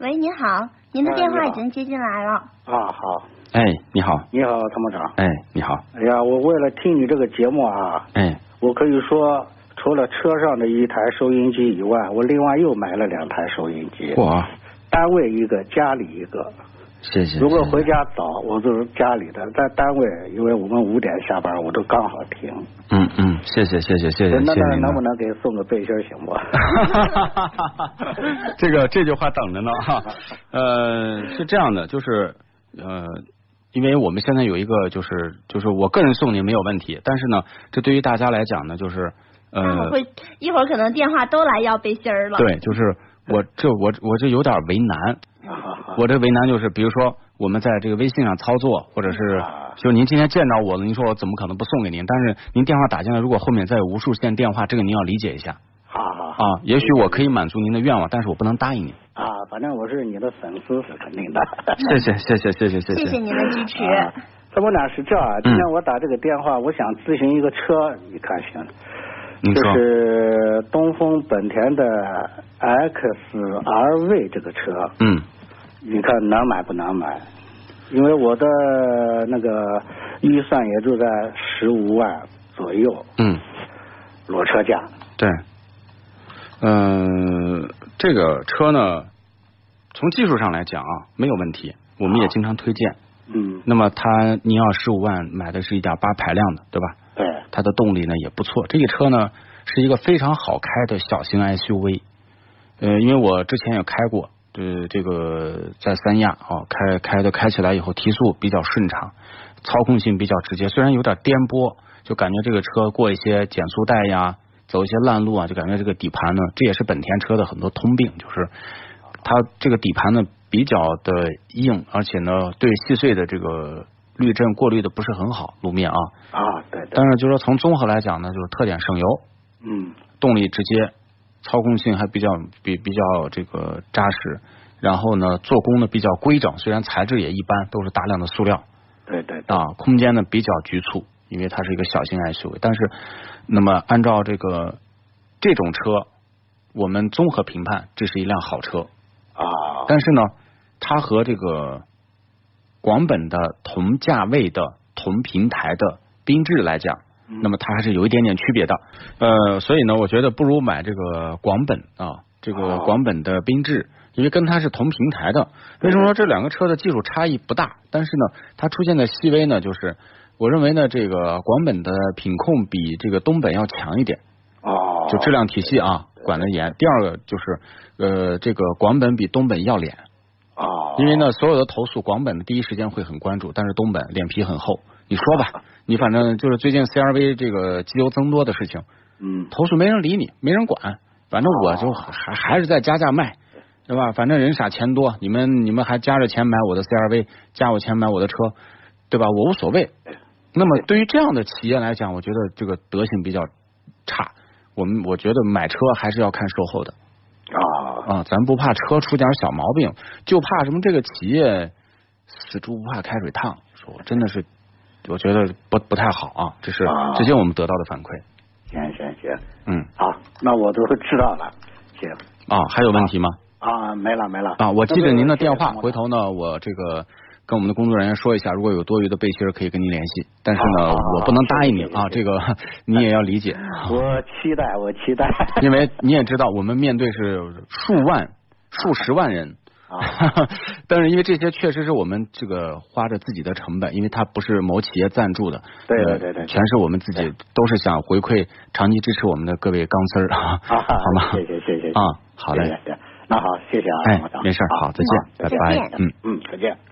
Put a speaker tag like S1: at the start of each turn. S1: 喂，您好，您的
S2: 哎
S1: 电话
S2: 你
S1: 已
S2: 好
S1: 经接进来了。
S2: 啊，好，
S3: 哎，你好，
S2: 你好，参谋长。
S3: 哎，你好，
S2: 哎呀，我为了听你这个节目啊，
S3: 哎，
S2: 我可以说除了车上的一台收音机以外，我另外又买了两台收音机，
S3: 我
S2: 单位一个，家里一个。
S3: 啊嗯谢谢。
S2: 如果回家早，我就是家里的；在单位，因为我们五点下班，我都刚好听。
S3: 嗯嗯，谢谢谢谢谢谢谢
S2: 那
S3: 谢
S2: 那
S3: 您
S2: 能
S3: 啊
S2: 不。能给送个背心儿行 不？
S3: 这个这句话等着呢哈。呃，是这样的，就是呃，因为我们现在有一个就是就是我个人送你没有问题，但是呢，这对于大家来讲呢，就是呃，
S1: 那我会一会儿可能电话都来要背心儿了。，
S3: 对，就是我这我我这有点为难，我这为难就是，比如说我们在这个微信上操作，或者是就是您今天见到我了，您说我怎么可能不送给您？但是您电话打进来，如果后面再有无数线电话，这个您要理解一下
S2: 好好好
S3: 啊。也许我可以满足您的愿望，但是我不能答应您。
S2: 啊，反正我是你的粉丝是肯定的。
S3: 谢谢谢谢谢谢谢
S1: 谢谢您的支持。
S2: 啊参谋长是这样
S3: 嗯
S2: 啊，今天我打这个电话，我想咨询一个车，你看行？
S3: 您
S2: 就
S3: 说
S2: 是东风本田的 XRV 这个车，
S3: 嗯
S2: 你看难买不难买？因为我的那个预算也就在十五万左右，
S3: 嗯
S2: 裸车价。
S3: 对，嗯、这个车呢，从技术上来讲啊没有问题，我们也经常推荐。
S2: 嗯，
S3: 那么它您要十五万买的是一点八排量的，对吧？
S2: 对，
S3: 它的动力呢也不错，这个车呢是一个非常好开的小型 SUV。呃，因为我之前也开过，呃，这个在三亚啊开开的开起来以后提速比较顺畅，操控性比较直接，虽然有点颠簸，就感觉这个车过一些减速带呀，走一些烂路啊，就感觉这个底盘呢，这也是本田车的很多通病，就是它这个底盘呢比较的硬，而且呢对细碎的这个滤震过滤的不是很好，路面啊，
S2: 啊，对对，
S3: 但是就是说从综合来讲呢，就是特点省油，
S2: 嗯，
S3: 动力直接，操控性还比较比比较这个扎实，然后呢做工呢比较规整，虽然材质也一般，都是大量的塑料
S2: 对对对，
S3: 啊，空间呢比较局促，因为它是一个小型 SUV，但是那么按照这个这种车，我们综合评判这是一辆好车，
S2: 啊，
S3: 但是呢，它和这个广本的同价位的同平台的缤智来讲，那么它还是有一点点区别的。呃，所以呢，我觉得不如买这个广本啊，这个
S2: 哦
S3: 广本的缤智，因为跟它是同平台的。为什么说这两个车的技术差异不大？但是呢，它出现的细微呢，就是我认为呢，这个广本的品控比这个东本要强一点。
S2: 哦，
S3: 就质量体系啊管得严。第二个就是呃，这个广本比东本要脸，
S2: 哦，
S3: 因为呢，所有的投诉广本的第一时间会很关注，但是东本脸皮很厚。你说吧，你反正就是最近 CRV 这个机油增多的事情，
S2: 嗯，
S3: 投诉没人理你，没人管，反正我就还还是在加价卖。对吧？反正人傻钱多，你们你们还加着钱买我的 CRV，加我钱买我的车，对吧？我无所谓。那么对于这样的企业来讲，我觉得这个德行比较差。我们我觉得买车还是要看售后的。
S2: 啊，
S3: 啊，咱不怕车出点小毛病，就怕什么这个企业死猪不怕开水烫，说真的是，我觉得不不太好啊，这是
S2: 啊
S3: 这些我们得到的反馈，
S2: 行行行，
S3: 嗯
S2: 好，那我都知道了，行。
S3: 啊，还有问题吗？
S2: 啊，没了没了
S3: 啊，我记
S2: 那
S3: 得
S2: 就
S3: 您的
S2: 谢谢
S3: 电话，
S2: 参谋
S3: 回
S2: 长
S3: 头呢，我这个跟我们的工作人员说一下，如果有多余的背心儿可以跟您联系，但是
S2: 好
S3: 呢，
S2: 好好
S3: 我不能答应你
S2: 谢谢
S3: 啊，
S2: 谢
S3: 这个你也要理解，
S2: 我期待，我期 待。
S3: 因为你也知道，我们面对是数万、数十万人。
S2: 啊
S3: 但是因为这些确实是我们这个花着自己的成本，因为它不是某企业赞助的，
S2: 对
S3: 呃
S2: 对对对
S3: 全是我们自己，都是想回馈长期支持我们的各位钢丝儿啊，
S2: 啊
S3: 好吗？
S2: 谢谢谢谢
S3: 啊，好嘞，
S2: 谢谢，那好，谢谢啊，
S3: 哎
S2: 参谋长，
S3: 没事儿，好，再见，
S2: 好啊
S3: 拜拜
S1: 再见，
S3: 嗯。
S2: 嗯，再见。